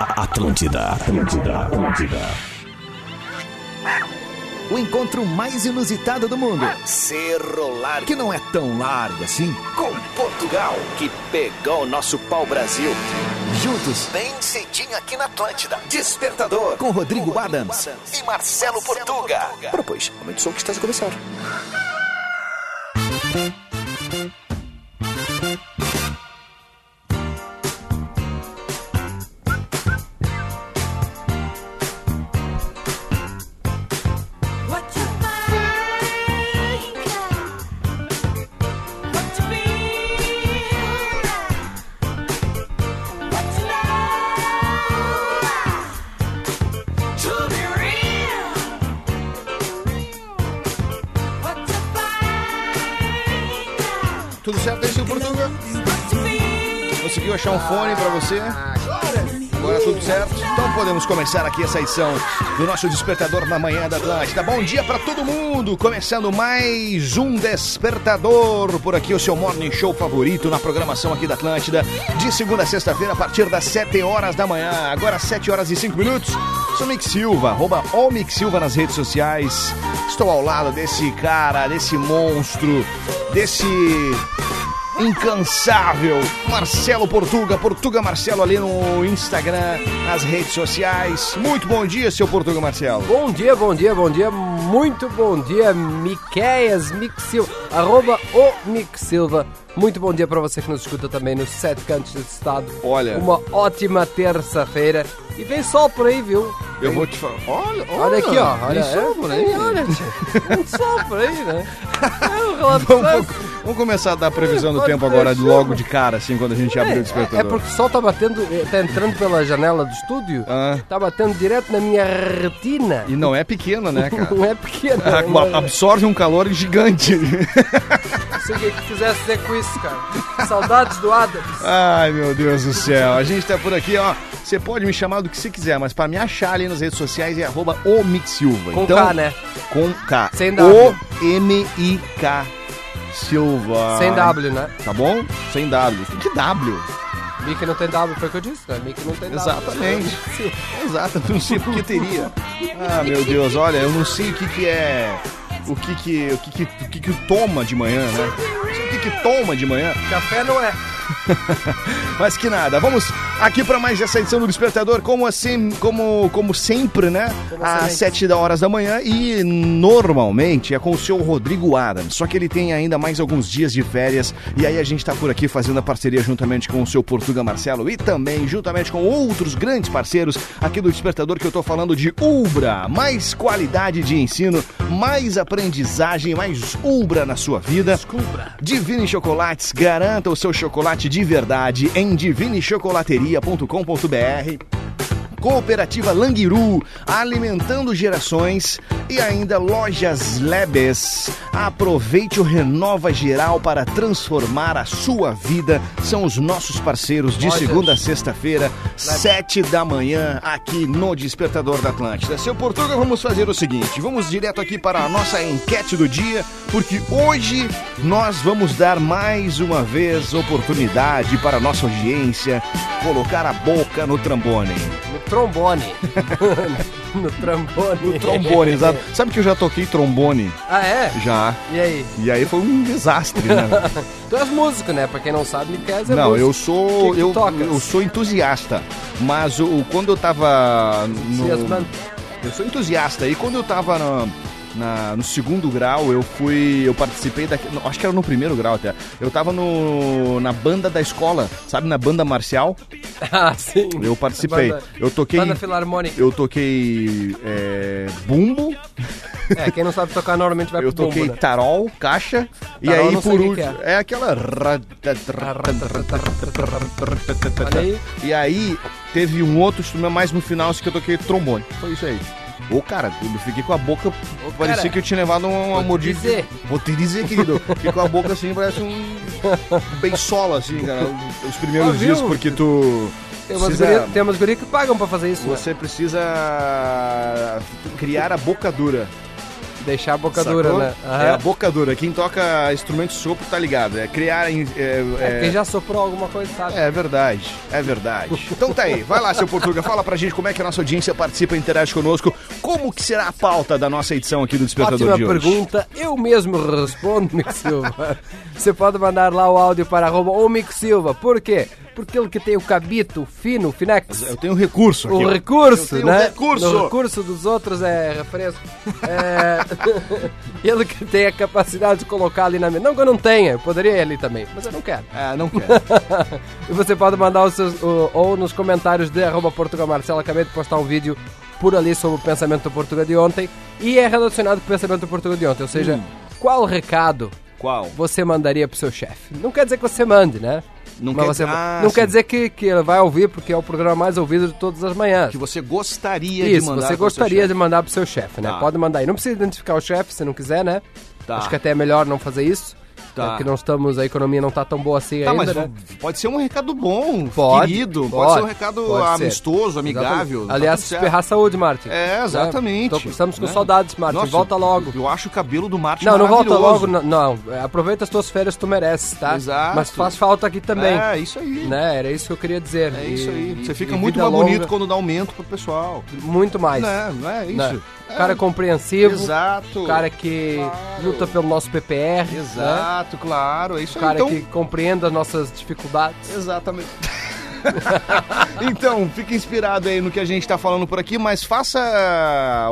Atlântida, Atlântida, Atlântida. O encontro mais inusitado do mundo. Cerro Largo. Que não é tão largo assim. Com Portugal, que pegou o nosso pau-brasil. Juntos. Bem cedinho aqui na Atlântida. Despertador. Com Rodrigo, Rodrigo Adams. E Marcelo Portuga. Portuga. Ora, pois, aumente o som que está a começar. Tudo certo aí, seu Portuga? Conseguiu achar um fone pra você? Agora tudo certo? Então podemos começar aqui essa edição do nosso Despertador na Manhã da Atlântida. Bom dia pra todo mundo! Começando mais um Despertador por aqui, o seu morning show favorito na programação aqui da Atlântida. De segunda a sexta-feira, a partir das 7 horas da manhã. Agora 7 horas e 5 minutos. Sou Mick Silva, arroba o Mick Silva nas redes sociais. Estou ao lado desse cara, desse monstro, desse incansável Marcelo Portuga, Portuga Marcelo ali no Instagram, nas redes sociais. Muito bom dia, seu Portuga Marcelo. Bom dia, bom dia, bom dia, muito bom dia, Miqueias Mixil, arroba o Mick Silva. Muito bom dia para você que nos escuta também nos sete cantos desse estado. Olha. Uma ótima terça-feira. E vem sol por aí, viu? Eu vou te falar. Olha, olha, Olha aqui, ó. Olha, tem sol é, por tem, aí. Olha, tchê, um sol por aí, né? É um relato Vamos, vamos começar a dar a previsão do Pode tempo agora, deixar. logo de cara, assim, quando a gente É, abrir o É, despertador. porque o sol tá batendo, eh, tá entrando pela janela do estúdio, Ah. tá batendo direto na minha retina. E não é pequena, né, cara? Não é pequena. Ah, não é- Absorve um calor gigante. Não sei o que que quisesse dizer com isso, cara. Saudades do Adams. Ai, meu Deus do céu. A gente tá por aqui, ó. Você pode me chamar do que você quiser, mas pra me achar ali nas redes sociais é arroba o Mick Silva. Com então, K, né? Com K. Sem W. O-M-I-K Silva. Sem W, né? Tá bom? Sem W. Que W? Mickey não tem W, foi o que eu disse, né? Mickey não tem W. Exatamente. Exato, não sei por que teria. Ah, meu Deus, olha, eu não sei o que que é... O que que... O que que, o que, que toma de manhã, né? Não sei O que que toma de manhã? Café não é. Mas que nada, vamos aqui para mais essa edição do Despertador, como assim, como, como sempre, né? Como Às sempre. 7 da horas da manhã e normalmente é com o seu Rodrigo Adams, só que ele tem ainda mais alguns dias de férias e aí a gente tá por aqui fazendo a parceria juntamente com o seu Portuga Marcelo e também juntamente com outros grandes parceiros aqui do Despertador que eu tô falando de Ubra, mais qualidade de ensino, mais aprendizagem, mais Ubra na sua vida. Divine Chocolates, garanta o seu chocolate de verdade em divinechocolateria.com.br. Cooperativa Languiru, alimentando gerações e ainda Lojas Lebes. Aproveite o Renova Geral para transformar a sua vida. São os nossos parceiros de Lojas. segunda a sexta-feira, sete da manhã, aqui no Despertador da Atlântida. Seu Portuga, vamos fazer o seguinte, vamos direto aqui para a nossa enquete do dia, porque hoje nós vamos dar mais uma vez oportunidade para a nossa audiência colocar a boca no trambone. No trombone. no trombone. O trombone, exato. Sabe que eu já toquei trombone? Ah, é? Já. E aí? E aí foi um desastre, né? Tu és músico, né? Pra quem não sabe, Miquel é Não, músico. eu sou. Que que eu, tocas? eu sou entusiasta. Mas o, quando eu tava. No, Entusiasmando. eu sou entusiasta. E quando eu tava na- na- no segundo grau, eu fui. Eu participei da. não, Acho que era no primeiro grau até. Eu tava no, na banda da escola, sabe? Na banda marcial. Ah, sim. Eu participei. Banda- Eu toquei. Banda Filarmônica. Eu toquei. é, bumbo. É, quem não sabe tocar normalmente vai Eu pro toquei bumbo, né? tarol, caixa, e Tarol aí não sei por o que último. É. aquela. ra- ta- tra- Olha aí. E aí teve um outro instrumento mais no final assim, que eu toquei trombone. Foi isso aí. Ô, cara, eu fiquei com a boca. Ô, parecia cara, que eu tinha levado uma, uma te mordida. dizer. Vou te dizer, querido. Fiquei com a boca assim, parece um. Beisola, assim, cara. Os primeiros Ah, viu? dias, porque tu. Tem umas, precisa- gurias, tem umas gurias que pagam pra fazer isso, né? Você precisa criar a boca dura. Deixar a boca dura, Sacou? né? Aham. É a boca dura. Quem toca instrumento de sopro tá ligado. É criar. em- É, É, é- Quem já soprou alguma coisa sabe. é verdade, é verdade. Então tá aí, vai lá, seu Portuga, fala pra gente como é que a nossa audiência participa e interage conosco. Como que será a pauta da nossa edição aqui do Despertador Ótima de hoje? pergunta, eu mesmo respondo, Mick Silva. Você pode mandar lá o áudio para arroba o Mick Silva. Por quê? Porque ele que tem o cabito fino, o finex, Eu tenho um recurso aqui. o ó. recurso, Eu tenho né? um recurso. O recurso dos outros é refresco. É, ele que tem a capacidade de colocar ali na mesa. Não que eu não tenha, eu poderia ir ali também, mas eu não quero. Ah, não quero. E você pode mandar os seus, o- ou nos comentários de arroba Portugal Marcelo. Acabei de postar um vídeo por ali sobre o pensamento do Portugal de ontem. E é relacionado com o pensamento do Portugal de ontem. Ou Hum. seja, qual recado Qual? você mandaria pro seu chefe? Não quer dizer que você mande, né? Não Mas quer- você- Ah, não sim. quer dizer que, que ele vai ouvir, porque é o programa mais ouvido de todas as manhãs. Que você gostaria de Isso, mandar. você pro seu gostaria chefe. de mandar pro seu chefe, né? Tá. Pode mandar aí. Não precisa identificar o chefe se não quiser, né? Tá. Acho que até é melhor não fazer isso. Tá. né? Porque não estamos, a economia não tá tão boa assim Tá, ainda, mas né? pode ser um recado bom, Pode, querido. Pode, pode, ser um recado pode ser. amistoso, amigável. Exatamente. tá Aliás, tudo certo. ferrar a saúde, Martin. É, Né? exatamente. Tô- estamos com né? saudades, Martin. Nossa, volta logo. Eu acho o cabelo do Martin Não, não volta maravilhoso. logo, não, não. É, Aproveita as tuas férias, tu mereces, tá? Exato. Mas faz falta aqui também. É, isso aí. Né? Era isso que eu queria dizer. É E- isso aí. e- Você fica e muito vida mais longa, bonito quando dá aumento pro pessoal. Muito mais. Não é, não é isso. né? É, Cara compreensivo. Exato. Cara que Claro. luta pelo nosso PPR. Né? Exato, claro. É isso aí. Cara então, que compreende as nossas dificuldades. Exatamente. então, fica inspirado aí no que a gente tá falando por aqui, mas faça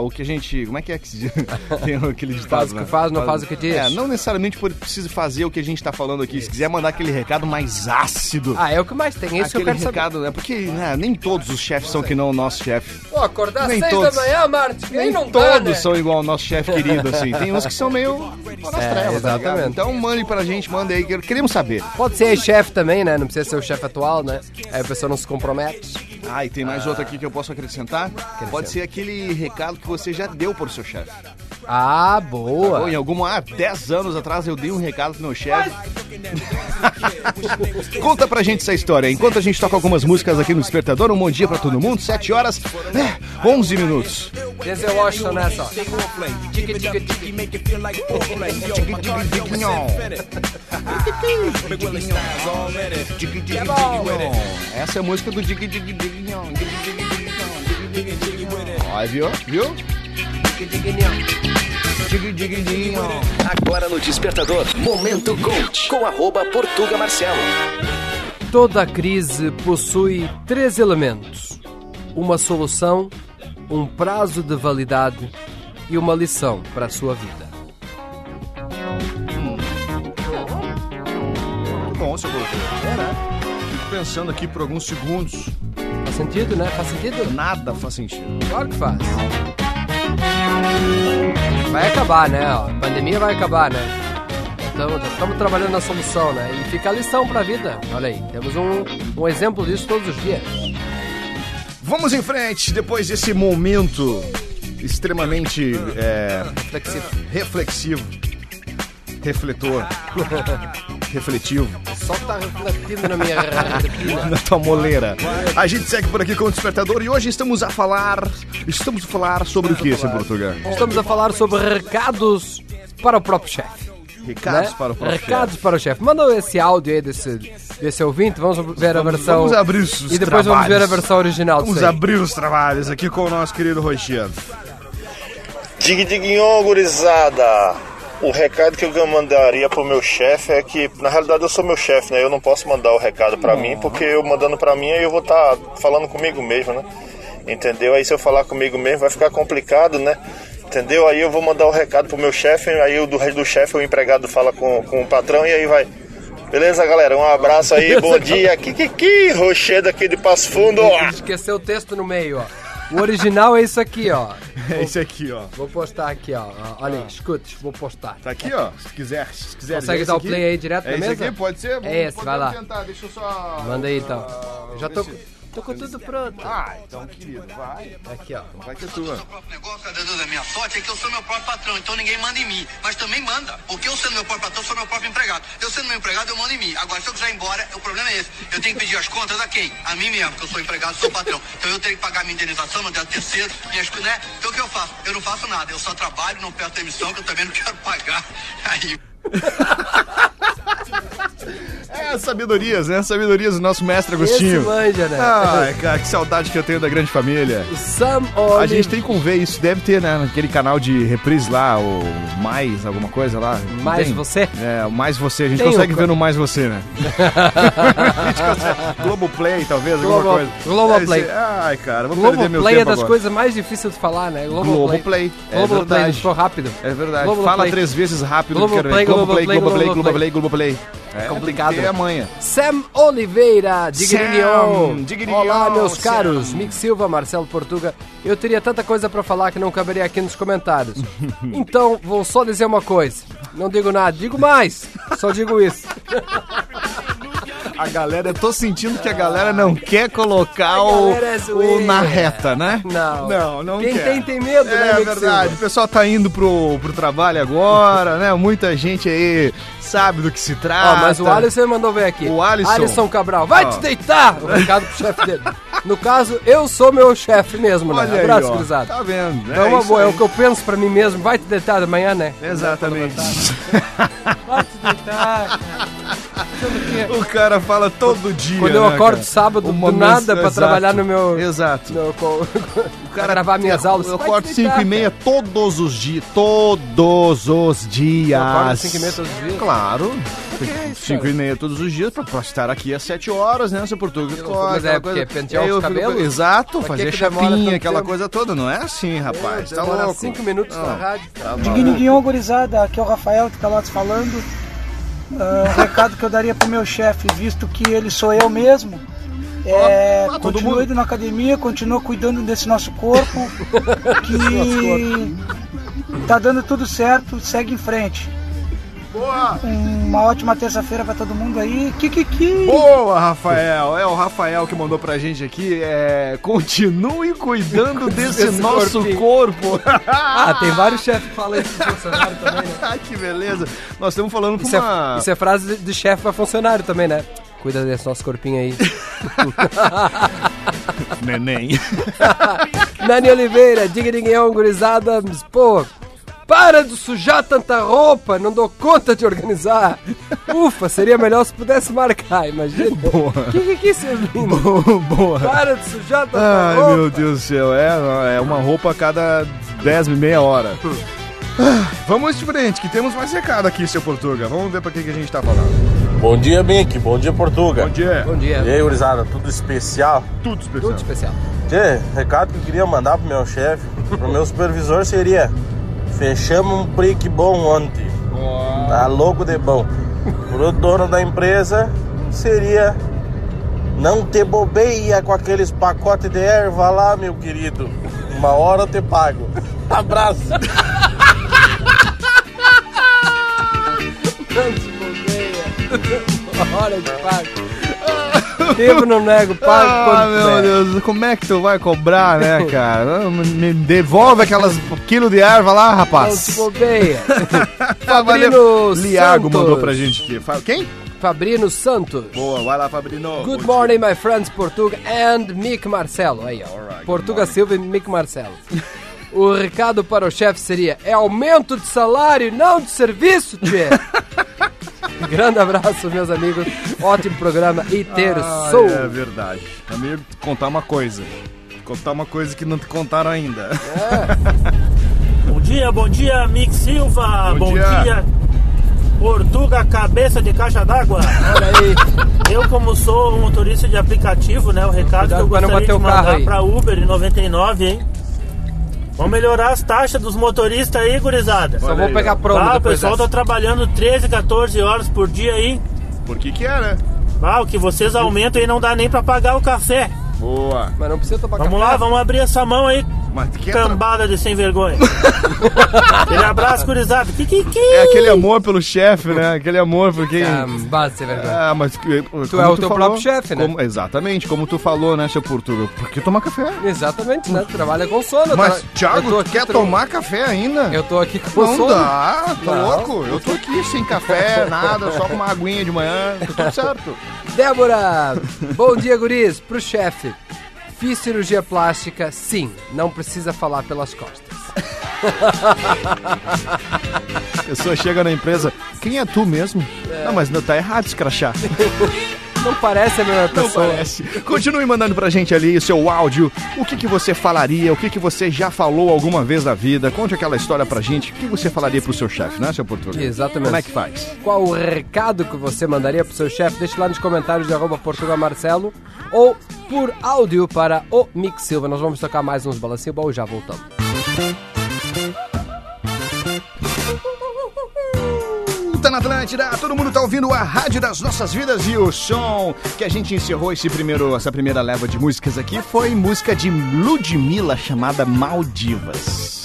o que a gente. Como é que é que se diz? Tem aquele ditado, né? Faz o que faz, não faz o que diz. É, não necessariamente por- precisa fazer o que a gente tá falando aqui. Se quiser mandar aquele recado mais ácido. Ah, é o que mais tem. É isso que eu aquele quero saber. recado, né? Porque né, nem todos os chefes são que não o nosso chefe. Pô, acordar Nem seis todos. da manhã, Martin, que aí Nem não todos dá, né? são igual ao nosso chefe querido, assim. Tem uns que são meio. nas trevas, tá ligado? É, exatamente. então mande pra gente, manda aí. que Queremos saber. Pode ser chefe também, né? Não precisa ser o chefe atual, né? Aí a pessoa não se compromete. Ah, e tem mais outra aqui que eu posso acrescentar? Pode ser aquele recado que você já deu pro seu chefe. Ah, Ou boa. em algum há 10 anos atrás eu dei um recado pro meu chefe. Conta pra gente essa história. Enquanto a gente toca algumas músicas aqui no Despertador, um bom dia pra todo mundo, 7 horas, né, 11 minutos. Denzel Washington né, nessa, ó. Essa é a música do Dig Dig Dig Nhon. Dig, Dig, Dig, Nhon. Dig, Dig, Dig, Nhon. Aí, viu? Viu? Dig Dig Dig Nhon. Agora no Despertador, Momento Coach, com arroba Portuga Marcelo. Toda crise possui três elementos: uma solução, um prazo de validade e uma lição para a sua vida. Muito bom, seu Gouveia. É, né? Fico pensando aqui por alguns segundos. Faz sentido, né? Faz sentido? Nada faz sentido. Claro que faz. Vai acabar, né? ó? A pandemia vai acabar, né? Estamos, estamos trabalhando na solução, né? E fica a lição para a vida. Olha aí, temos um, um exemplo disso todos os dias. Vamos em frente, depois desse momento extremamente é, Reflexivo. reflexivo, refletor, refletivo, Só tá refletindo na minha retina. na tua moleira. A gente segue por aqui com o Despertador e hoje estamos a falar... Estamos a falar sobre o que, seu Portugal? Estamos a falar sobre recados para o próprio chefe. Recados né? para o próprio Recados para o chefe. Manda esse áudio aí desse, desse ouvinte, vamos ver a versão. vamos abrir os E depois vamos ver a trabalhos. versão original disso Vamos aí. abrir os trabalhos aqui com o nosso querido Rochedo. Dig Diguinho, gurizada! O recado que eu mandaria pro meu chefe é que, na realidade, eu sou meu chefe, né? Eu não posso mandar o recado pra mim, porque eu mandando pra mim aí eu vou estar falando comigo mesmo, né? Entendeu? Aí se eu falar comigo mesmo vai ficar complicado, né? Entendeu? Aí eu vou mandar o recado pro meu chefe, aí o do resto do chefe, o empregado fala com, com o patrão e aí vai. Beleza, galera? Um abraço aí, bom dia. Kikiki, Rochedo aqui de Passo Fundo. Esqueceu o texto no meio, ó. O original é isso aqui, ó. É esse aqui, ó. Vou postar aqui, ó. Olha Ah. aí, escute, vou postar. Tá aqui, ó. Se quiser, se quiser. Consegue é esse dar o aqui? play aí direto é na esse mesa? aqui? Pode ser? É esse, vai lá. Tentar. Deixa eu só... Manda aí, então. Ah, Já ver tô- se- Tô com tudo pronto. Ah, então, querido, vai. Aqui, ó. Vai que é tua. meu próprio negócio, a dedo da minha sorte é que eu sou meu próprio patrão, então ninguém manda em mim. Mas também manda, porque eu sendo meu próprio patrão, sou meu próprio empregado. Eu sendo meu empregado, eu mando em mim. Agora, se eu quiser ir embora, o problema é esse. Eu tenho que pedir as contas a quem? A mim mesmo, porque eu sou empregado, sou patrão. Então eu tenho que pagar minha indenização, não tenho terceiro, minhas coisas, né? Então o que eu faço? Eu não faço nada, eu só trabalho, não peço demissão, que eu também não quero pagar. Aí, É, sabedorias, né? Sabedorias do nosso mestre Agostinho. Esse manja, né? Ai, cara, que saudade que eu tenho da grande família. Sam A gente tem como ver isso, deve ter, né? Naquele canal de reprise lá, ou mais alguma coisa lá. não Mais tem? Você? É, o mais você. A gente Tem consegue o- ver no mais você, né? a gente consegue. Globoplay, talvez, Globo- alguma coisa. É, Globoplay. Esse- Ai, cara, vou perder meu Globoplay tempo é das agora. coisas mais difíceis de falar, né? Globoplay. É Globoplay, verdade. deixou rápido. É verdade. Globoplay. Fala três vezes rápido que eu quero ver. Globoplay, Globoplay, Globoplay, Globoplay. É Complicado. É amanhã. Sam Oliveira, Digrinho. Sam, Digrinho, Olá, meus Sam. caros. Mick Silva, Marcelo Portuga. Eu teria tanta coisa pra falar que não caberia aqui nos comentários. então, vou só dizer uma coisa. Não digo nada, digo mais. Só digo isso. A galera, eu tô sentindo que a galera não quer colocar o, galera é o na zoeira. reta, né? Não. Não, não Quem quer. tem, tem medo, né, É Mick verdade. Silva? O pessoal tá indo pro, pro trabalho agora, né? Muita gente aí sabe do que se trata. Ó, mas o Alisson é me mandou ver aqui. Ah, tá. O Alisson. Ah." Cabral, vai Ó. te deitar! O recado pro chefe dele. No caso, eu sou meu chefe mesmo, né? Olha aí, Abraço, ó. cruzado. Tá vendo? É uma isso boa, é aí. o que eu penso pra mim mesmo. Vai te deitar amanhã, né? Exatamente. Vai te deitar. O cara fala todo dia. Quando eu né, acordo cara? sábado Uma do nada mensagem- pra trabalhar no meu- Exato. Não, co... Pra gravar minhas eu, aulas. Eu Vai te acordo deitar, 5 e meia todos os dias. Todos os dias. acorda cinco e meia todos os dias? Claro. 5 e meia todos os dias pra, pra estar aqui às 7 horas, né, seu português? mas é porque pentear E aí os eu fico- cabelos? Exato, Pra que fazer que demora chapinha, tanto aquela tempo? coisa toda. Não é assim, rapaz. Tá Demora louco. cinco minutos na rádio. Digninho gurizada, aqui é o Rafael que tá lá te falando. Ah, o recado que eu daria pro meu chefe, visto que ele sou eu mesmo, é Ó, ah, todo mundo. continua indo na academia, continua cuidando desse nosso corpo, que tá dando tudo certo, segue em frente. Boa! Uma ótima terça-feira pra todo mundo aí. Kikiki! Boa, Rafael! É o Rafael que mandou pra gente aqui. É, continue cuidando desse Esse nosso corpinho. corpo. Ah, tem vários chefes que falam isso pro funcionário também, né? Ah, que beleza. Nós estamos falando com Isso uma... é, isso é frase de- de chefe pra funcionário também, né? Cuida desse nosso corpinho aí. é Neném. Nani Oliveira, Digninhão, gurizada, mas, pô, para de sujar tanta roupa, não dou conta de organizar. Ufa, seria melhor se pudesse marcar, imagina. Boa. Que que que é isso, menino? Boa, boa. Para de sujar tanta Ai, roupa. meu Deus do céu. É, é uma roupa a cada 10 e meia hora. Ah, Vamos em frente, que temos mais recado aqui, seu Portuga. Vamos ver pra que, que a gente tá falando. Bom dia, Mick. Bom dia, Portuga. Bom dia. Bom dia. E aí, gurizada, tudo especial? Tudo especial. Tudo especial. Tchê, recado que eu queria mandar pro meu chefe, pro meu supervisor seria: fechamos um prick bom ontem. Tá louco de bom. Pro dono da empresa seria não te bobeia com aqueles pacotes de erva lá, meu querido. Uma hora eu te pago. Abraço. Hora de pago. Tempo não nego, pago Ah, quando meu quiser. Deus, como é que tu vai cobrar, né, cara? Me devolve aquelas quilo de erva lá, Não te rapaz. bobeia. Ah, valeu. tipo, Fabrino Liago Santos. mandou pra gente aqui. Fa- Quem? Fabrino Santos. Boa, vai lá, Fabrino. Good morning, my friends Portuga and Mick Marcelo. Aí, ó. Portuga Silva e Mick Marcelo. o recado para o chefe seria: é aumento de salário, não de serviço, tchê. Grande abraço, meus amigos. Ótimo programa e ter Ah, sou. É verdade. Amigo, te contar uma coisa. Contar uma coisa que não te contaram ainda. Bom dia, bom dia, Mick Silva. Ah, Bom Bom, dia. dia. Portuga Cabeça de Caixa d'Água. Olha aí. Eu, como sou um motorista de aplicativo, né? O recado Cuidado que eu pra não gostaria bater o de carro mandar aí. pra Uber em 99, hein? Vamos melhorar as taxas dos motoristas aí, gurizada. Só vou pegar promo Ah, o depois pessoal tá dessa. trabalhando 13, 14 horas por dia aí. Por que que é, né? Ah, o que vocês aumentam aí não dá nem pra pagar o café. Boa. Mas não precisa tomar Vamos lá, vamos abrir essa mão aí. Mas que é Cambada de sem vergonha. Aquele abraço, gurizada. Que, que, que? É aquele amor pelo chefe, né? Aquele amor por quem. Basta é ser vergonha. Ah, mas. que- como Ah, é o teu próprio chefe, né? como- Exatamente, como tu falou, né, seu Portugal? Por que tomar café? Exatamente, né? Trabalha com sono. Mas, tra- eu tô Thiago, aqui quer tra- tomar café ainda? Eu tô aqui com Não sono. dá, tá Não. louco? Eu tô aqui sem café, nada, só com uma aguinha de manhã, tá tudo certo. Débora! Bom dia, guris. Pro chefe. Fiz cirurgia plástica, sim. Não precisa falar pelas costas. A pessoa chega na empresa, quem é tu mesmo? Não, mas não, tá errado escrachar. Não parece a mesma Não pessoa. parece. Continue mandando pra gente ali o seu áudio. O que, que você falaria? O que, que você já falou alguma vez na vida? Conte aquela história pra gente. O que você falaria pro seu chefe, né, seu português? Exatamente. Como é que faz? Qual o recado que você mandaria pro seu chefe? Deixe lá nos comentários de arroba Portugal Marcelo ou por áudio para o Mick Silva. Nós vamos tocar mais uns balancinhos bom já voltamos. Tá na Atlântida, todo mundo tá ouvindo a rádio das nossas vidas e o som que a gente encerrou esse primeiro, essa primeira leva de músicas aqui foi música de Ludmilla chamada Maldivas.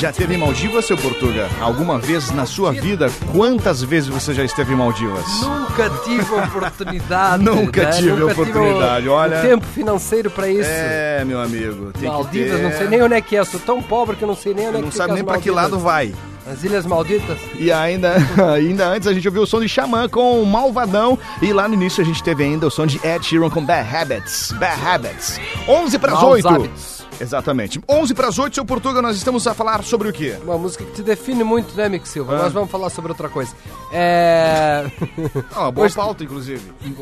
Já teve em Maldivas, seu Portuga? Alguma vez na sua vida? Quantas vezes você já esteve em Maldivas? Nunca tive oportunidade. né? Nunca tive oportunidade, o- olha. O um tempo financeiro pra isso. É, meu amigo, tem Maldivas, que ter... não sei nem onde é que é. Sou tão pobre que eu não sei nem onde é Não que sabe fica nem as pra que Maldivas. lado vai. As Ilhas Malditas. E ainda, ainda antes a gente ouviu o som de Xamã com o Malvadão. E lá no início a gente teve ainda o som de Ed Sheeran com Bad Habits. Bad Habits. 11 para as Maus 8. hábitos. Exatamente. 11 para as 8, seu Portuga, nós estamos a falar sobre o quê? Uma música que te define muito, né, Mick Silva? Nós vamos falar sobre outra coisa. É... Ah, uma boa Hoje- pauta, inclusive.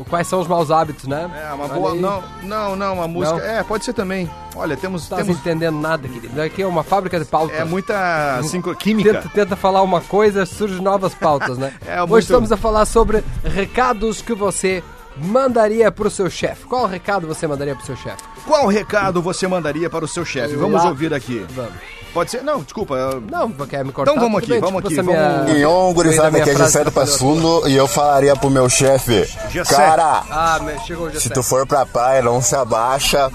Quais são os maus hábitos, né? É, uma Olha boa. aí. Não, não, não, uma música. Não? Tá assim. É, pode ser também. Olha, temos. Não estás temos entendendo nada, querido. Aqui é uma fábrica de pautas. é muita sincro- Tenta, química. tenta falar uma coisa, surgem novas pautas, né? É, Hoje muito- estamos a falar sobre recados que você mandaria pro seu chefe. Qual recado você mandaria pro seu chefe? Qual recado você mandaria para o seu chefe? Vamos Lá- ouvir aqui. Vamos. Pode ser? Não, desculpa. eu- Não, quer me cortar? Então vamos Tudo aqui, bem, vamos desculpa aqui, essa vamos- minha- Guion, meio da gurizada, minha aqui é frase Gessé do que eu falei Passundo e eu falaria pro meu chefe: Gessé. Cara, Ah, me- chegou o se Gessé. tu for pra praia, não se abaixa,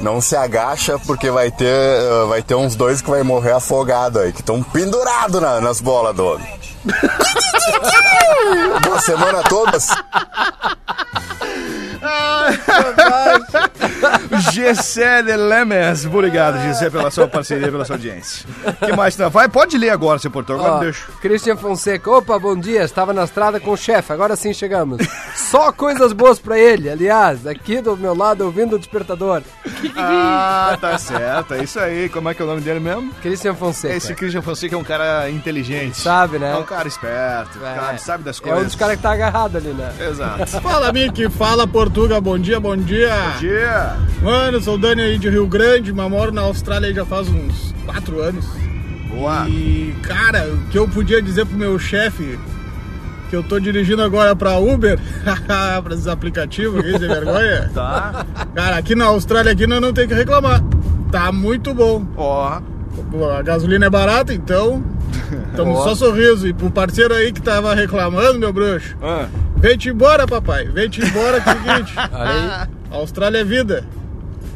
não se agacha, porque vai ter, eh, vai ter uns dois que vai morrer afogado aí, que estão pendurados na- nas bolas do homem. Boa semana a todos. Gessé de Lemes. Obrigado, Gessé, pela sua parceria, pela sua audiência. O que mais? Não? Vai, pode ler agora, seu portão. Agora Ó, deixa. Christian Fonseca, opa, bom dia, estava na estrada com o chefe, agora sim chegamos. Só coisas boas pra ele, aliás, aqui do meu lado ouvindo o despertador. Ah, tá certo. É isso aí. Como é que é o nome dele mesmo? Christian Fonseca. Esse Christian Fonseca é um cara inteligente. Sabe, né? É um cara esperto. É. cara que sabe das É coisas. um dos caras que tá agarrado ali, né? Exato. Fala, Mick. Fala, Portuga. Bom dia, bom dia. Dia. Mano, sou o Dani aí de Rio Grande, mas moro na Austrália aí já faz uns 4 anos. Boa. E, cara, o que eu podia dizer pro meu chefe que eu tô dirigindo agora pra Uber, pra esses aplicativos aqui, sem vergonha. Tá. Cara, aqui na Austrália aqui nós não tem que reclamar. Tá muito bom. Ó. Pô, A gasolina é barata, então. Tamo só sorriso. E pro parceiro aí que tava reclamando, meu bruxo. Ah. Vem-te embora, papai. Vem-te embora, que é o seguinte. Ah. Austrália é vida.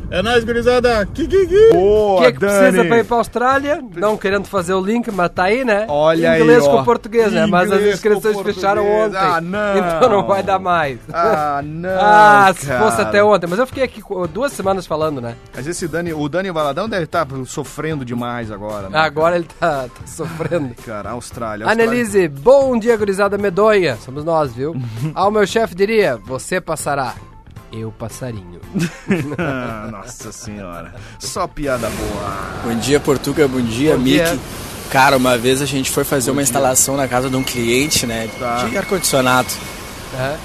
É nóis, gurizada. Kikiki. O Boa, que é que precisa Dani. pra ir pra Austrália? Não querendo fazer o link, mas tá aí, né? Olha aí, Inglês ó. com português, né? Mas as Inglês inscrições com português. fecharam ontem. Ah, não. Então não vai dar mais. Ah, não. Ah, se fosse cara. até ontem. Mas eu fiquei aqui co- duas semanas falando, né? Mas esse Dani, o Dani Valadão deve estar sofrendo demais agora, né? Agora ele tá, tá sofrendo. Cara, Ah, Austrália. né, Austrália. Annelise, bom dia, gurizada medonha. Somos nós, viu? Ao meu chefe diria, você passará. Eu passarinho. Ah, Nossa senhora. Só piada boa. Bom dia, Portuga. Bom dia, Bom Mick. dia. Cara, uma vez a gente foi fazer uma instalação na casa de um cliente, né? De ar-condicionado.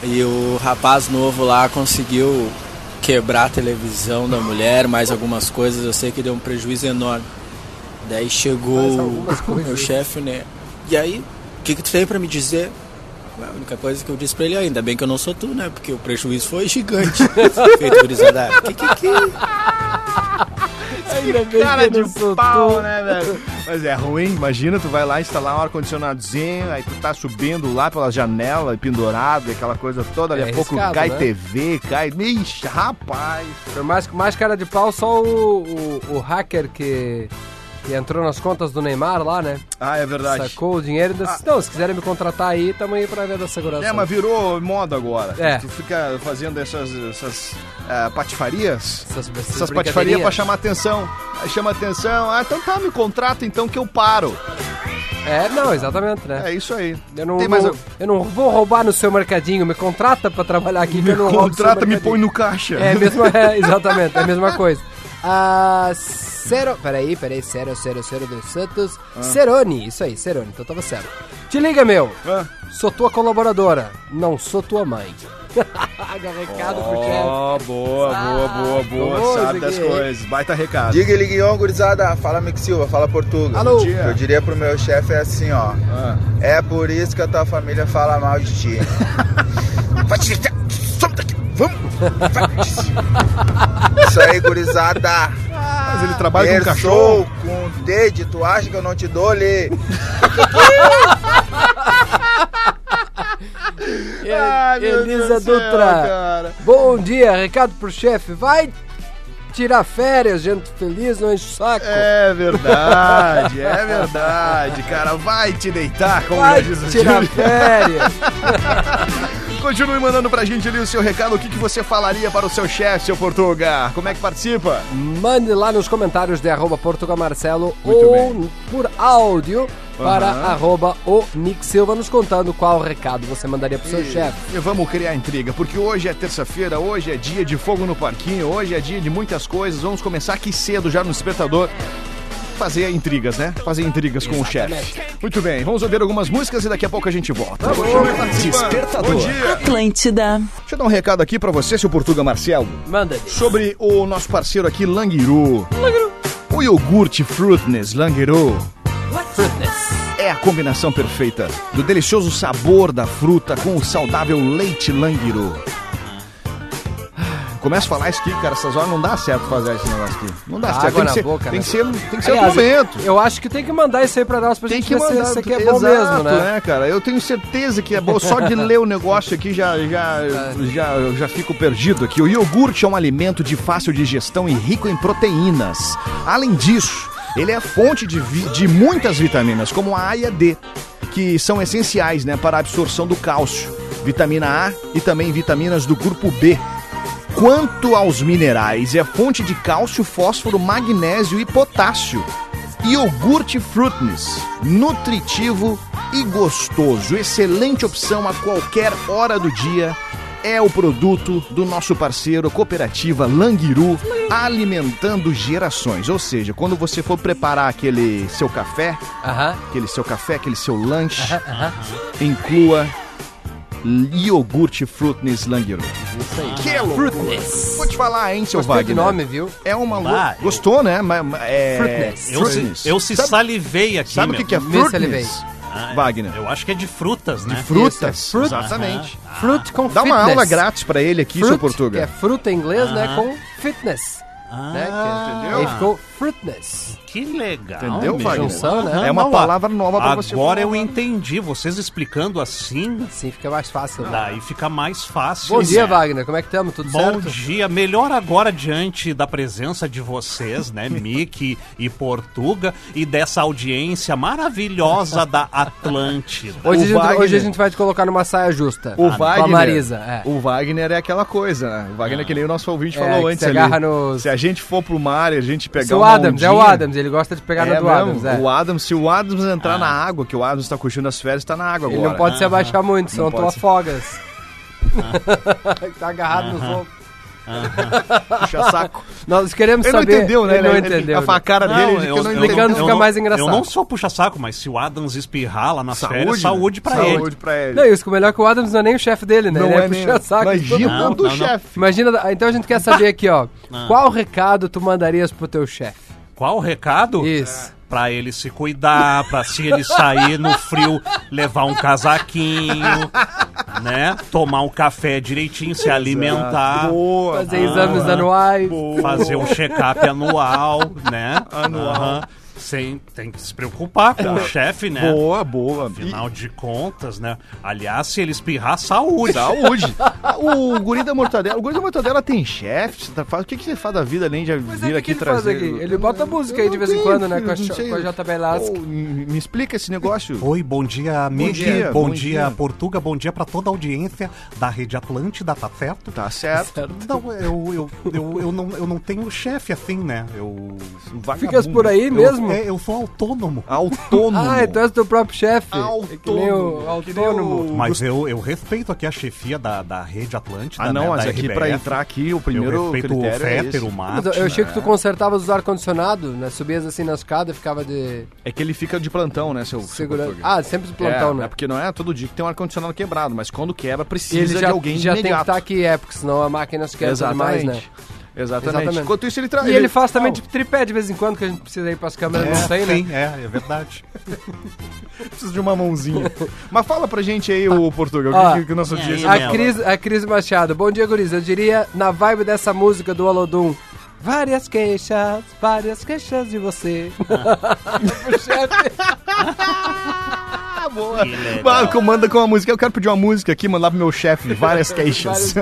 E o rapaz novo lá conseguiu quebrar a televisão da mulher, mais algumas coisas. Eu sei que deu um prejuízo enorme. Daí chegou o meu chefe, né? E aí, o que, que tu tem pra me dizer? A única coisa que eu disse pra ele, é, ainda bem que eu não sou tu, né? Porque o prejuízo foi gigante. Feito gurizada. "Ah, Que, que, que? Ainda bem que eu não sou tu. né, velho? Mas é ruim, imagina, tu vai lá instalar um ar-condicionadozinho, aí tu tá subindo lá pela janela, pendurado, e aquela coisa toda, daqui É a pouco arriscado, cai né? TV, cai. Ixi, rapaz! Por mais, mais cara de pau, só o, o, o hacker que, que entrou nas contas do Neymar lá, né? Ah, é verdade. Ah. Sacou o dinheiro e disse, não, se quiserem me contratar aí, tamo aí pra ver da segurança. É, mas virou moda agora. É. Tu fica fazendo essas, essas ah, patifarias. Essas, essas patifarias pra chamar atenção. Aí chama atenção, ah, então tá, me contrata então que eu paro. É, não, exatamente, né? É isso aí. Eu não, Tem mais não- al- eu não vou roubar no seu mercadinho, me contrata pra trabalhar aqui. Me contrata, me põe no caixa. É, mesmo, é, exatamente, é a mesma coisa. Ah, Cero... Peraí, peraí, Cero, Cero, Cero dos Santos. Ah. Cerone, isso aí, Cerone, então tava certo. Te liga, meu. Ah. Sou tua colaboradora, não sou tua mãe. Recado pro Ó, é. boa, boa, boa, boa. Famoso Sabe das aqui, hein? coisas. Baita recado. Diga, Liguinho, gurizada. Fala, Mick Silva. Fala, Portuga. Alô. Bom dia. Ah. Eu diria pro meu chefe é assim, ó. É por isso que a tua família fala mal de ti. Vai te deitar. Some daqui. Vamos. Vai. Isso aí, gurizada. Mas ele trabalha É, com um cachorro. com um dedo. Tu acha que eu não te dou ali? Ai, meu Deus Elisa do céu, Dutra. cara. Bom dia, recado pro chefe. Vai tirar férias, gente feliz, não enche o saco. É verdade, é verdade, cara. Vai te deitar, como Vai já diz o tirar Júlio. férias. Continue mandando pra gente ali o seu recado, o que, que você falaria para o seu chefe, seu Portuga. Como é que participa? Mande lá nos comentários de arroba portugamarcelo Muito ou por áudio para Aham. arroba o Nick Silva nos contando qual recado você mandaria pro seu E- chefe. E vamos criar intriga, porque hoje é terça-feira, hoje é dia de fogo no parquinho, hoje é dia de muitas coisas. Vamos começar aqui cedo já no despertador. Fazer intrigas, né? Fazer intrigas com o chefe. Muito bem, vamos ouvir algumas músicas e daqui a pouco a gente volta. Despertador. Bom dia. Atlântida. Deixa eu dar um recado aqui pra você, seu Portuga Marcelo. Manda. Sobre o nosso parceiro aqui, Langiru. O iogurte Fruitness Langiru é a combinação perfeita do delicioso sabor da fruta com o saudável leite Langiru. Ah, Começa a falar isso aqui, cara. Essas horas não dá certo fazer esse negócio aqui. Não dá certo. Água Tem que na ser, boca, tem né? que ser, tem que ser Aliás, é o momento. Eu acho que tem que mandar isso aí pra nós pra Tem gente que ver se mandar. isso aqui é bom Exato, mesmo, né? cara? Eu tenho certeza que é bom. Só de ler o negócio aqui já, já, É. já, eu já fico perdido aqui. O iogurte é um alimento de fácil digestão e rico em proteínas. Além disso, ele é fonte de, vi- de muitas vitaminas, como a A e a D, que são essenciais né, para a absorção do cálcio, vitamina A e também vitaminas do grupo B. Quanto aos minerais, é fonte de cálcio, fósforo, magnésio e potássio. Iogurte Fruitness, nutritivo e gostoso, excelente opção a qualquer hora do dia. É o produto do nosso parceiro cooperativa Langiru, alimentando gerações. Ou seja, quando você for preparar aquele seu café, aquele seu café, aquele seu lanche, inclua iogurte Fruitness Langiru. Isso aí. Que loucura. Vou te falar, hein, seu Gostei Wagner. do nome, viu? É uma Bah, louca. Gostou, né? Mas- mas- É... Fruitness. Eu se- Fruitness. eu se salivei aqui, Sabe o meu. que, que é Me salivei. fruitness? Wagner. Eu acho que é de frutas, né? De frutas, exatamente. é Fruit com Dá uma fitness. aula grátis pra ele aqui, seu Fruit, Portuga. Que é fruta em inglês, né? Ah. Com fitness. né? que- entendeu? Aí ficou fruitness. Que legal. Entendeu, meu? Wagner? Junção, né? Ah, um É uma não, palavra nova pra agora você Agora falar. eu entendi. Vocês explicando assim. Sim, fica mais fácil. Daí fica mais fácil. Bom dia, né? Wagner. Como é que estamos? Tudo Bom certo? dia, melhor agora diante da presença de vocês, né, Mickey e Portuga, e dessa audiência maravilhosa da Atlântida. Hoje, a gente, hoje a gente vai te colocar numa saia justa. O Com Wagner, a Marisa. Ah, É. o Wagner é aquela coisa, né? O Wagner, que nem o nosso ouvinte É, falou que antes se agarra ali. Se a gente for pro mar e a gente pegar Esse é o uma Adams, é o ondinha- Adams. Ele gosta de pegar no do mesmo? Adams. É. Ah. O Adams, se o Adams entrar na água, que o Adams tá curtindo as férias, tá na água Ele agora. não pode se abaixar muito, senão Não tu pode se- afogas. tá agarrado nos Aham. ombros. Puxa saco. Nós queremos Ele não saber. entendeu, né? Ele não Ele- ele- entendeu. a cara dele, ele fica, "Não entendeu". Explicando fica não- mais engraçado. Eu não sou puxa-saco, mas se o Adams espirrar lá nas Saúde, férias, né? saúde pra Saúde ele. pra ele. Não, isso que o melhor é que o Adams não é nem o chefe dele, né? Não ele é, é nem- puxa saco. de todo Imagina mundo. do Não, não, não. chefe. Imagina, então a gente quer saber aqui, ó. Ah. Qual recado tu mandarias pro teu chefe? Qual o recado? Isso. Pra ele se cuidar, pra se ele sair no frio, levar um casaquinho, né? Tomar um café direitinho, se tá. alimentar. Boa. Ah. Fazer exames anuais. Fazer um check-up anual, né? Anual. Aham. Sem, tem que se preocupar com o Tá. chefe, né? Boa, boa. Afinal de contas, né? Aliás, se ele espirrar, saúde. Saúde. O guri da mortadela, o guri da mortadela tem chefe, você tá- faz- o que, que você faz da vida além de é vir aqui Faz trazer? aqui. Ele bota música aí de vez em tenho, quando, né? Com a, filho, não Cho- sei. com a J. Belasco. Pô, me explica esse negócio. Oi, bom dia, Mick. dia, bom, bom dia, dia. Portuga. Bom dia pra toda a audiência da Rede Atlântida, tá certo? Tá certo. Não, eu, eu, eu, eu, não, eu não tenho chefe assim, né? Eu. Ficas por aí Eu- mesmo? é, eu sou autônomo. um Autônomo. Ah, então és teu próprio chefe. É que nem o Autônomo, que nem o- autônomo. Mas eu, eu respeito aqui a chefia da, da Rede Atlântida. Ah, não, né, mas da aqui RBF. pra entrar aqui, o primeiro Eu respeito o critério é Féter, esse. o Mas Mate. eu- eu achei que né? tu consertavas os ar-condicionado, né? Subias assim na escada e ficava de. É que ele fica de plantão, né, seu, seu Segurando. Portuga? Ah, sempre de plantão, é, né? É porque não é todo dia que tem um ar-condicionado quebrado, mas quando quebra precisa Ele já, de alguém já tem que imediato. estar aqui, é, porque senão a máquina esquece demais, Exatamente. né? Exatamente. Enquanto isso, ele traz. E ele faz também de tripé de vez em quando, que a gente precisa ir pras câmeras, É, não tem, sim, né? É, é verdade. Precisa de uma mãozinha. Mas fala pra gente aí, o Portuga, Ó, o que, que o É, nosso dia a, Cris, a Cris Machado. Bom dia, guris. Eu diria, na vibe dessa música do Alodum, várias queixas, várias queixas de você. Ah, boa. Marco, manda com uma música. Eu quero pedir uma música aqui, mandar pro meu chefe. Várias queixas.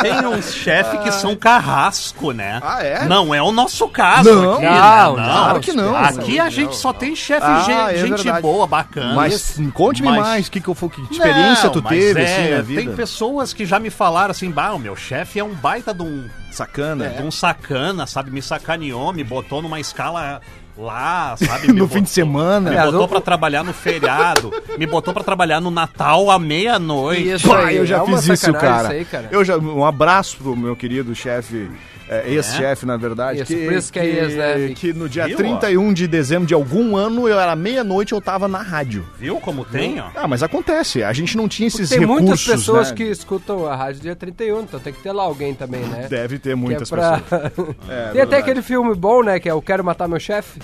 Tem uns chefes que são carrasco, né? Ah, Ah. é? Não é o nosso caso Não, aqui, não, né? claro que não. Aqui a Não, gente só tem chefe Ah, ge- é gente verdade. boa, bacana. Mas hum, conte-me Mas- mais. Que, que, eu fui- que experiência Não, tu mas teve, é, assim, na Tem vida? pessoas que já me falaram assim, bah, o meu chefe é um baita de um... Sacana. De um sacana, sabe? Me sacaneou, me botou numa escala lá, sabe? Me no fim de semana. Me botou pra trabalhar no feriado, me botou pra trabalhar no Natal à meia-noite. Pá, eu é já fiz isso, cara. Eu já, um abraço pro meu querido chefe, é, ex-chefe, na verdade. Isso, por isso que é ex, né, Vic? Que no dia Viu, ó? 31 de dezembro de algum ano, eu era meia-noite, eu tava na rádio. Viu como tem, ó? Ah, mas acontece, a gente não tinha esses Tem recursos, muitas pessoas né? que escutam a rádio dia 31, então tem que ter lá alguém também, né? Deve ter muitas que é pra- pessoas. É, Tem verdade. até aquele filme bom, né? Que é o Quero Matar Meu Chefe.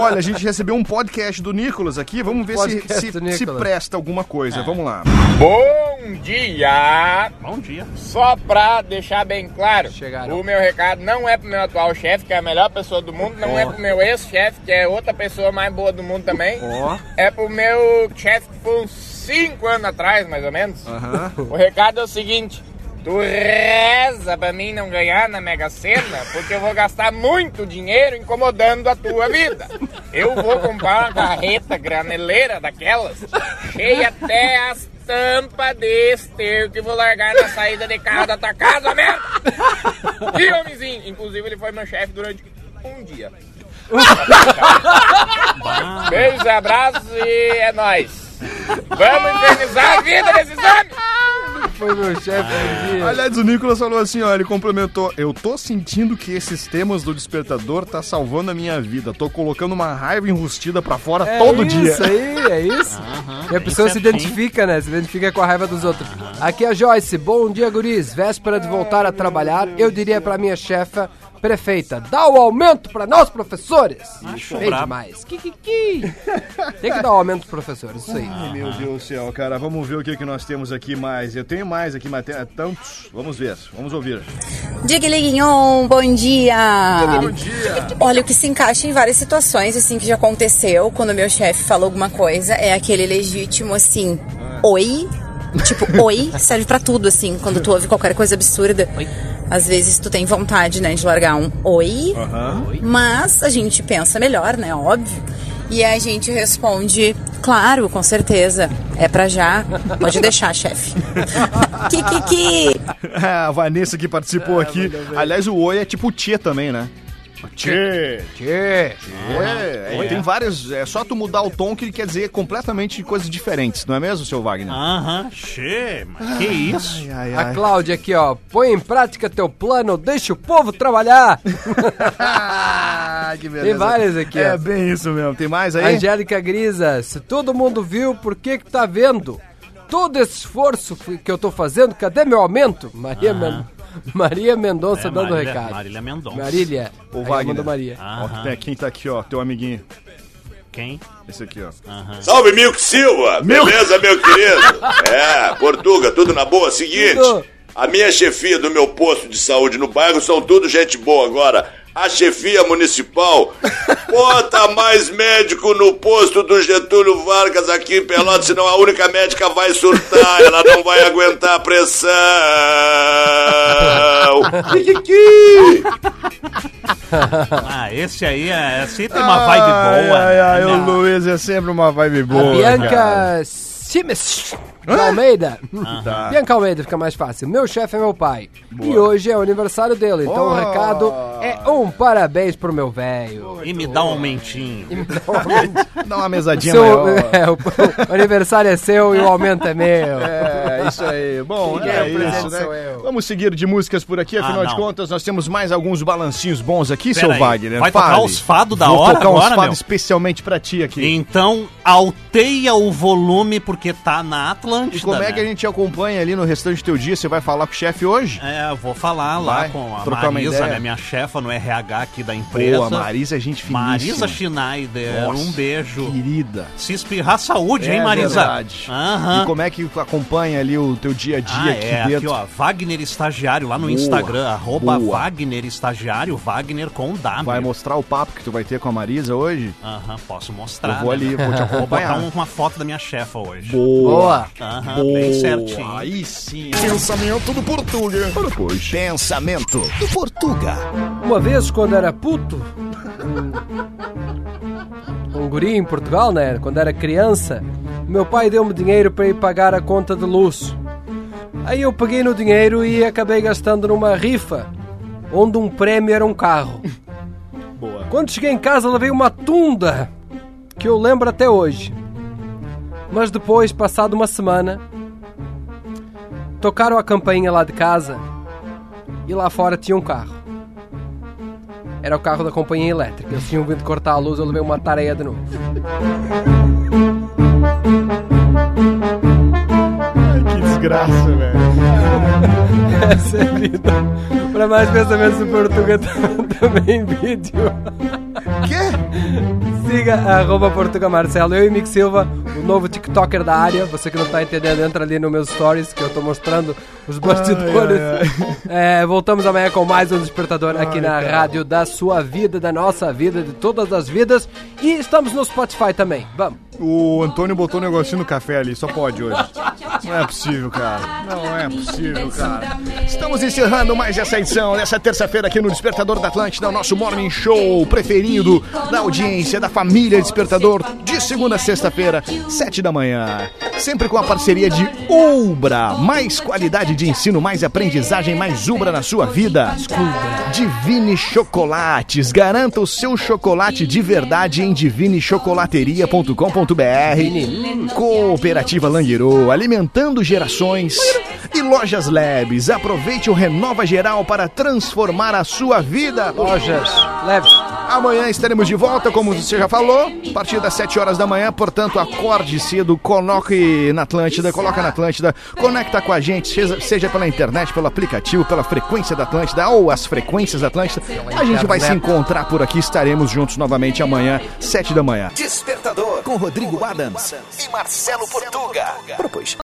Olha, a gente recebeu um podcast do Nicolas aqui, vamos ver se, Podcast se- do se Nicolas. É. presta alguma coisa. Vamos lá. Bom dia! Bom dia. Só pra deixar bem claro, Chegaram. o meu recado não é pro meu atual chefe, que é a melhor pessoa do mundo, não é pro meu ex-chefe, que é outra pessoa mais boa do mundo também. É pro meu chefe que foi uns 5 anos atrás, mais ou menos. O recado é o seguinte: tu reza pra mim não ganhar na Mega Sena, porque eu vou gastar muito dinheiro incomodando a tua vida. Eu vou comprar uma carreta graneleira daquelas, cheia até as tampas de esterco que vou largar na saída de carro da tua casa, merda! E homenzinho, inclusive ele foi meu chefe durante um dia. Beijos, abraços e é nóis. Vamos infernizar a vida desses homens! Foi meu chefe um dia. Aliás, o Nicolas falou assim, ó, ele complementou: "Eu tô sentindo que esses temas do despertador tá salvando a minha vida. Tô colocando uma raiva enrustida pra fora É todo isso dia." é aí, é isso. e a pessoa se identifica, né? Se identifica com a raiva dos outros. Aqui é a Joyce. Bom dia, guris. Véspera de voltar a trabalhar, eu diria pra minha chefa, prefeita, dá o aumento pra nós, professores. Acho Bem brabo. demais. Kikiki. Tem que dar o aumento pros professores, isso aí. Ai, meu Deus do céu, cara, vamos ver o que, que nós temos aqui mais. Eu tenho mais aqui, mas tem é tantos. Vamos ver, vamos ouvir. Digliguinhon, bom dia! Bom dia! Olha, o que se encaixa em várias situações, assim, que já aconteceu, quando meu chefe falou alguma coisa, é aquele legítimo, assim, oi? Tipo, oi serve pra tudo, assim, quando tu ouve qualquer coisa absurda. Às vezes tu tem vontade, né, de largar um oi, mas a gente pensa melhor, né, óbvio. E a gente responde, claro, com certeza, é pra já, pode deixar, chefe. Kikiki! a Vanessa que participou aqui. Aliás, o oi é tipo tchê também, né? Tchê. Tchê. Oi, Oi. Tem vários. É só tu mudar o tom que quer dizer completamente coisas diferentes, não é mesmo, seu Wagner? Aham, Ah, che, mas que isso? A Cláudia aqui, ó. Põe em prática teu plano, deixa o povo trabalhar. Ah, que Tem várias aqui, É ó. bem isso mesmo. Tem mais aí? Angélica Grisa, se todo mundo viu, por que que tá vendo? Todo esse esforço f- que eu tô fazendo, cadê meu aumento? Maria, Ah. Men- Maria É, Mendonça Tá dando um Marília- recado. Marília Mendonça. Ah. Marília. O Aí Wagner. manda Maria. Ó, tem- quem tá aqui, ó? Teu amiguinho. Quem? Esse aqui, ó. Salve, Milk Silva! Beleza, meu querido? É, Portuga, tudo na boa? Seguinte, a minha chefia do meu posto de saúde no bairro são tudo gente boa agora. a chefia municipal. Bota mais médico no posto do Getúlio Vargas aqui em Pelotas, senão a única médica vai surtar, ela não vai aguentar a pressão. Kikiki! Ah, esse aí é, é sempre uma vibe boa. Ai, ai, né? o Luiz é sempre uma vibe boa. cara. Bianca Simes da Almeida. Tá. Bianca Almeida fica mais fácil. Meu chefe é meu pai. E hoje é o aniversário dele. Então o recado é um parabéns pro meu velho. E me dá um aumentinho. Dá uma mesadinha Seu- maior. é, o, o aniversário é seu e o aumento é meu. É, isso aí. Bom, Quem é, ganha o presente isso, né? sou eu. Vamos seguir de músicas por aqui, afinal Ah, de não. contas, nós temos mais alguns balancinhos bons aqui, Pera seu aí. Wagner. Vai tocar os fado da Vou hora tocar uns agora, fado meu? especialmente pra ti aqui. Então, alteia o volume porque tá na Atlântida. E como é né? que a gente acompanha ali no restante do teu dia? Você vai falar com o chefe hoje? É, eu vou falar Vai, lá com a trocar uma Marisa, ideia. né, minha chefa no RH aqui da empresa. Boa, Marisa é gente finíssima. Marisa Schneider, Nossa, um beijo. Querida. Se espirrar saúde, É hein, Marisa? verdade. Aham. E como é que acompanha ali o teu dia a dia Ah, aqui é, aqui dentro? ó, Wagner Estagiário, lá no Boa, Instagram, arroba boa. Wagner Estagiário, Wagner com W. Vai mostrar o papo que tu vai ter com a Marisa hoje? Aham, posso mostrar. né? Eu vou ali, vou te acompanhar. botar um- uma foto da minha chefa hoje. Boa. Aham, Boa. bem certinho. Aí sim. Pensamento do Portuga. Pensamento do Portuga. Uma vez, quando era puto, um, um guri em Portugal, né? Quando era criança, meu pai deu-me dinheiro para ir pagar a conta de luz. Aí eu peguei no dinheiro e acabei gastando numa rifa, onde um prêmio era um carro. Boa. Quando cheguei em casa, levei uma tunda, que eu lembro até hoje. Mas depois, passado uma semana, tocaram a campainha lá de casa e lá fora tinha um carro. Era o carro da companhia elétrica. Eles tinham vindo cortar a luz, eu levei uma tareia de novo. Que desgraça, velho. Essa é a vida. Para mais pensamentos do Portuga, também vídeo. Quê? Siga arroba Portuga Marcelo, eu e Mick Silva, o novo TikToker da área. Você que não tá entendendo, entra ali nos meus stories que eu tô mostrando os bastidores. É, voltamos amanhã com mais um Despertador aqui na rádio da sua vida, da nossa vida, de todas as vidas. E estamos no Spotify também. Vamos. O Antônio botou um negocinho no café ali, só pode hoje. Não é possível, cara. Não é possível, cara. Estamos encerrando mais essa edição dessa terça-feira aqui no Despertador da Atlântida, o nosso morning show preferido da audiência, da família Despertador, de segunda a sexta-feira, sete da manhã. Sempre com a parceria de Ubra. Mais qualidade de ensino, mais aprendizagem, mais Ubra na sua vida. Divine Chocolates. Garanta o seu chocolate de verdade em divinichocolateria.com.br. Cooperativa Langueiro, alimentando gerações. E Lojas Labs. Aproveite o Renova Geral para transformar a sua vida. Lojas Labs. Amanhã estaremos de volta, como você já falou, a partir das 7 horas da manhã. Portanto, acorde cedo, coloque na Atlântida, coloca na Atlântida, conecta com a gente, seja- seja pela internet, pelo aplicativo, pela frequência da Atlântida ou as frequências da Atlântida. A gente vai se encontrar por aqui, estaremos juntos novamente amanhã, 7 da manhã. Despertador com Rodrigo Adams e Marcelo Portuga. Propôs.